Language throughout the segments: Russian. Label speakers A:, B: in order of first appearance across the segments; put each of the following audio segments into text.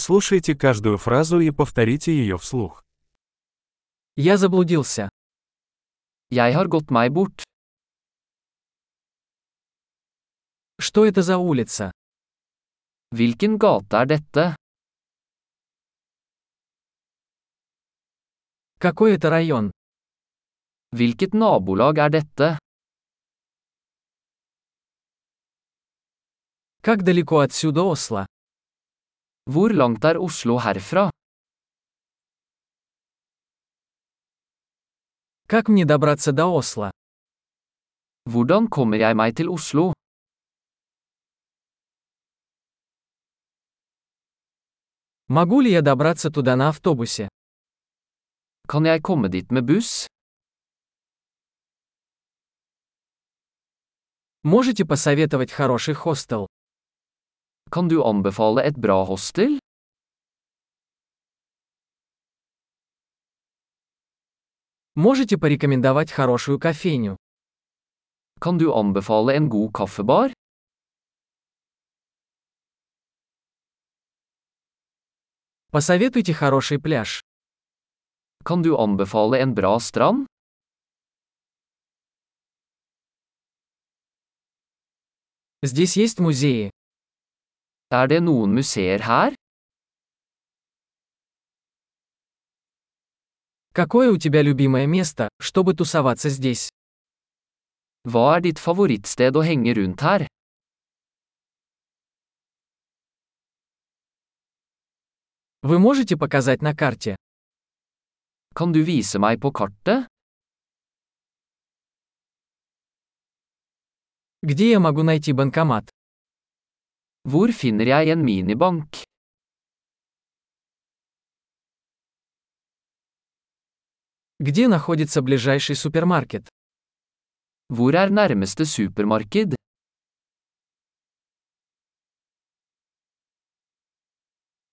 A: Прослушайте каждую фразу и повторите ее вслух.
B: Jeg заблудился. Jeg har gått meg bort. Что это за улица? Hvilken gate er dette? Какой это район? Hvilket nabolag er dette? Как далеко отсюда Осло? Hvor langt er Oslo herfra? Как мне добраться до Осло? Hvordan kommer jeg meg til Oslo? Могу ли я добраться туда на автобусе? Kan jeg komme dit med buss? Можете посоветовать хороший хостел? Kan du anbefale et bra hostel? Можете порекомендовать хорошую кофейню? Kan du anbefale en god kaffebar? Посоветуйте хороший пляж. Kan du anbefale en bra strand? Здесь есть музеи. Er det noen museer her? Какое у тебя любимое место, чтобы тусоваться здесь? Hva er ditt favorittsted å henge rundt her? Вы можете показать на карте? Kan du vise meg på kartet? Где я могу найти банкомат? Hvor finner jeg en minibank? Где находится ближайший супермаркет? Hvor er nærmeste supermarked?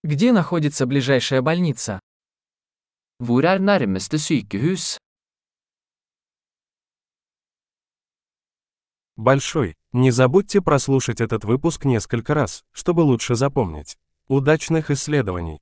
B: Где находится ближайшая больница? Hvor er nærmeste sykehus?
A: Большой. Не забудьте прослушать этот выпуск несколько раз, чтобы лучше запомнить. Удачных исследований!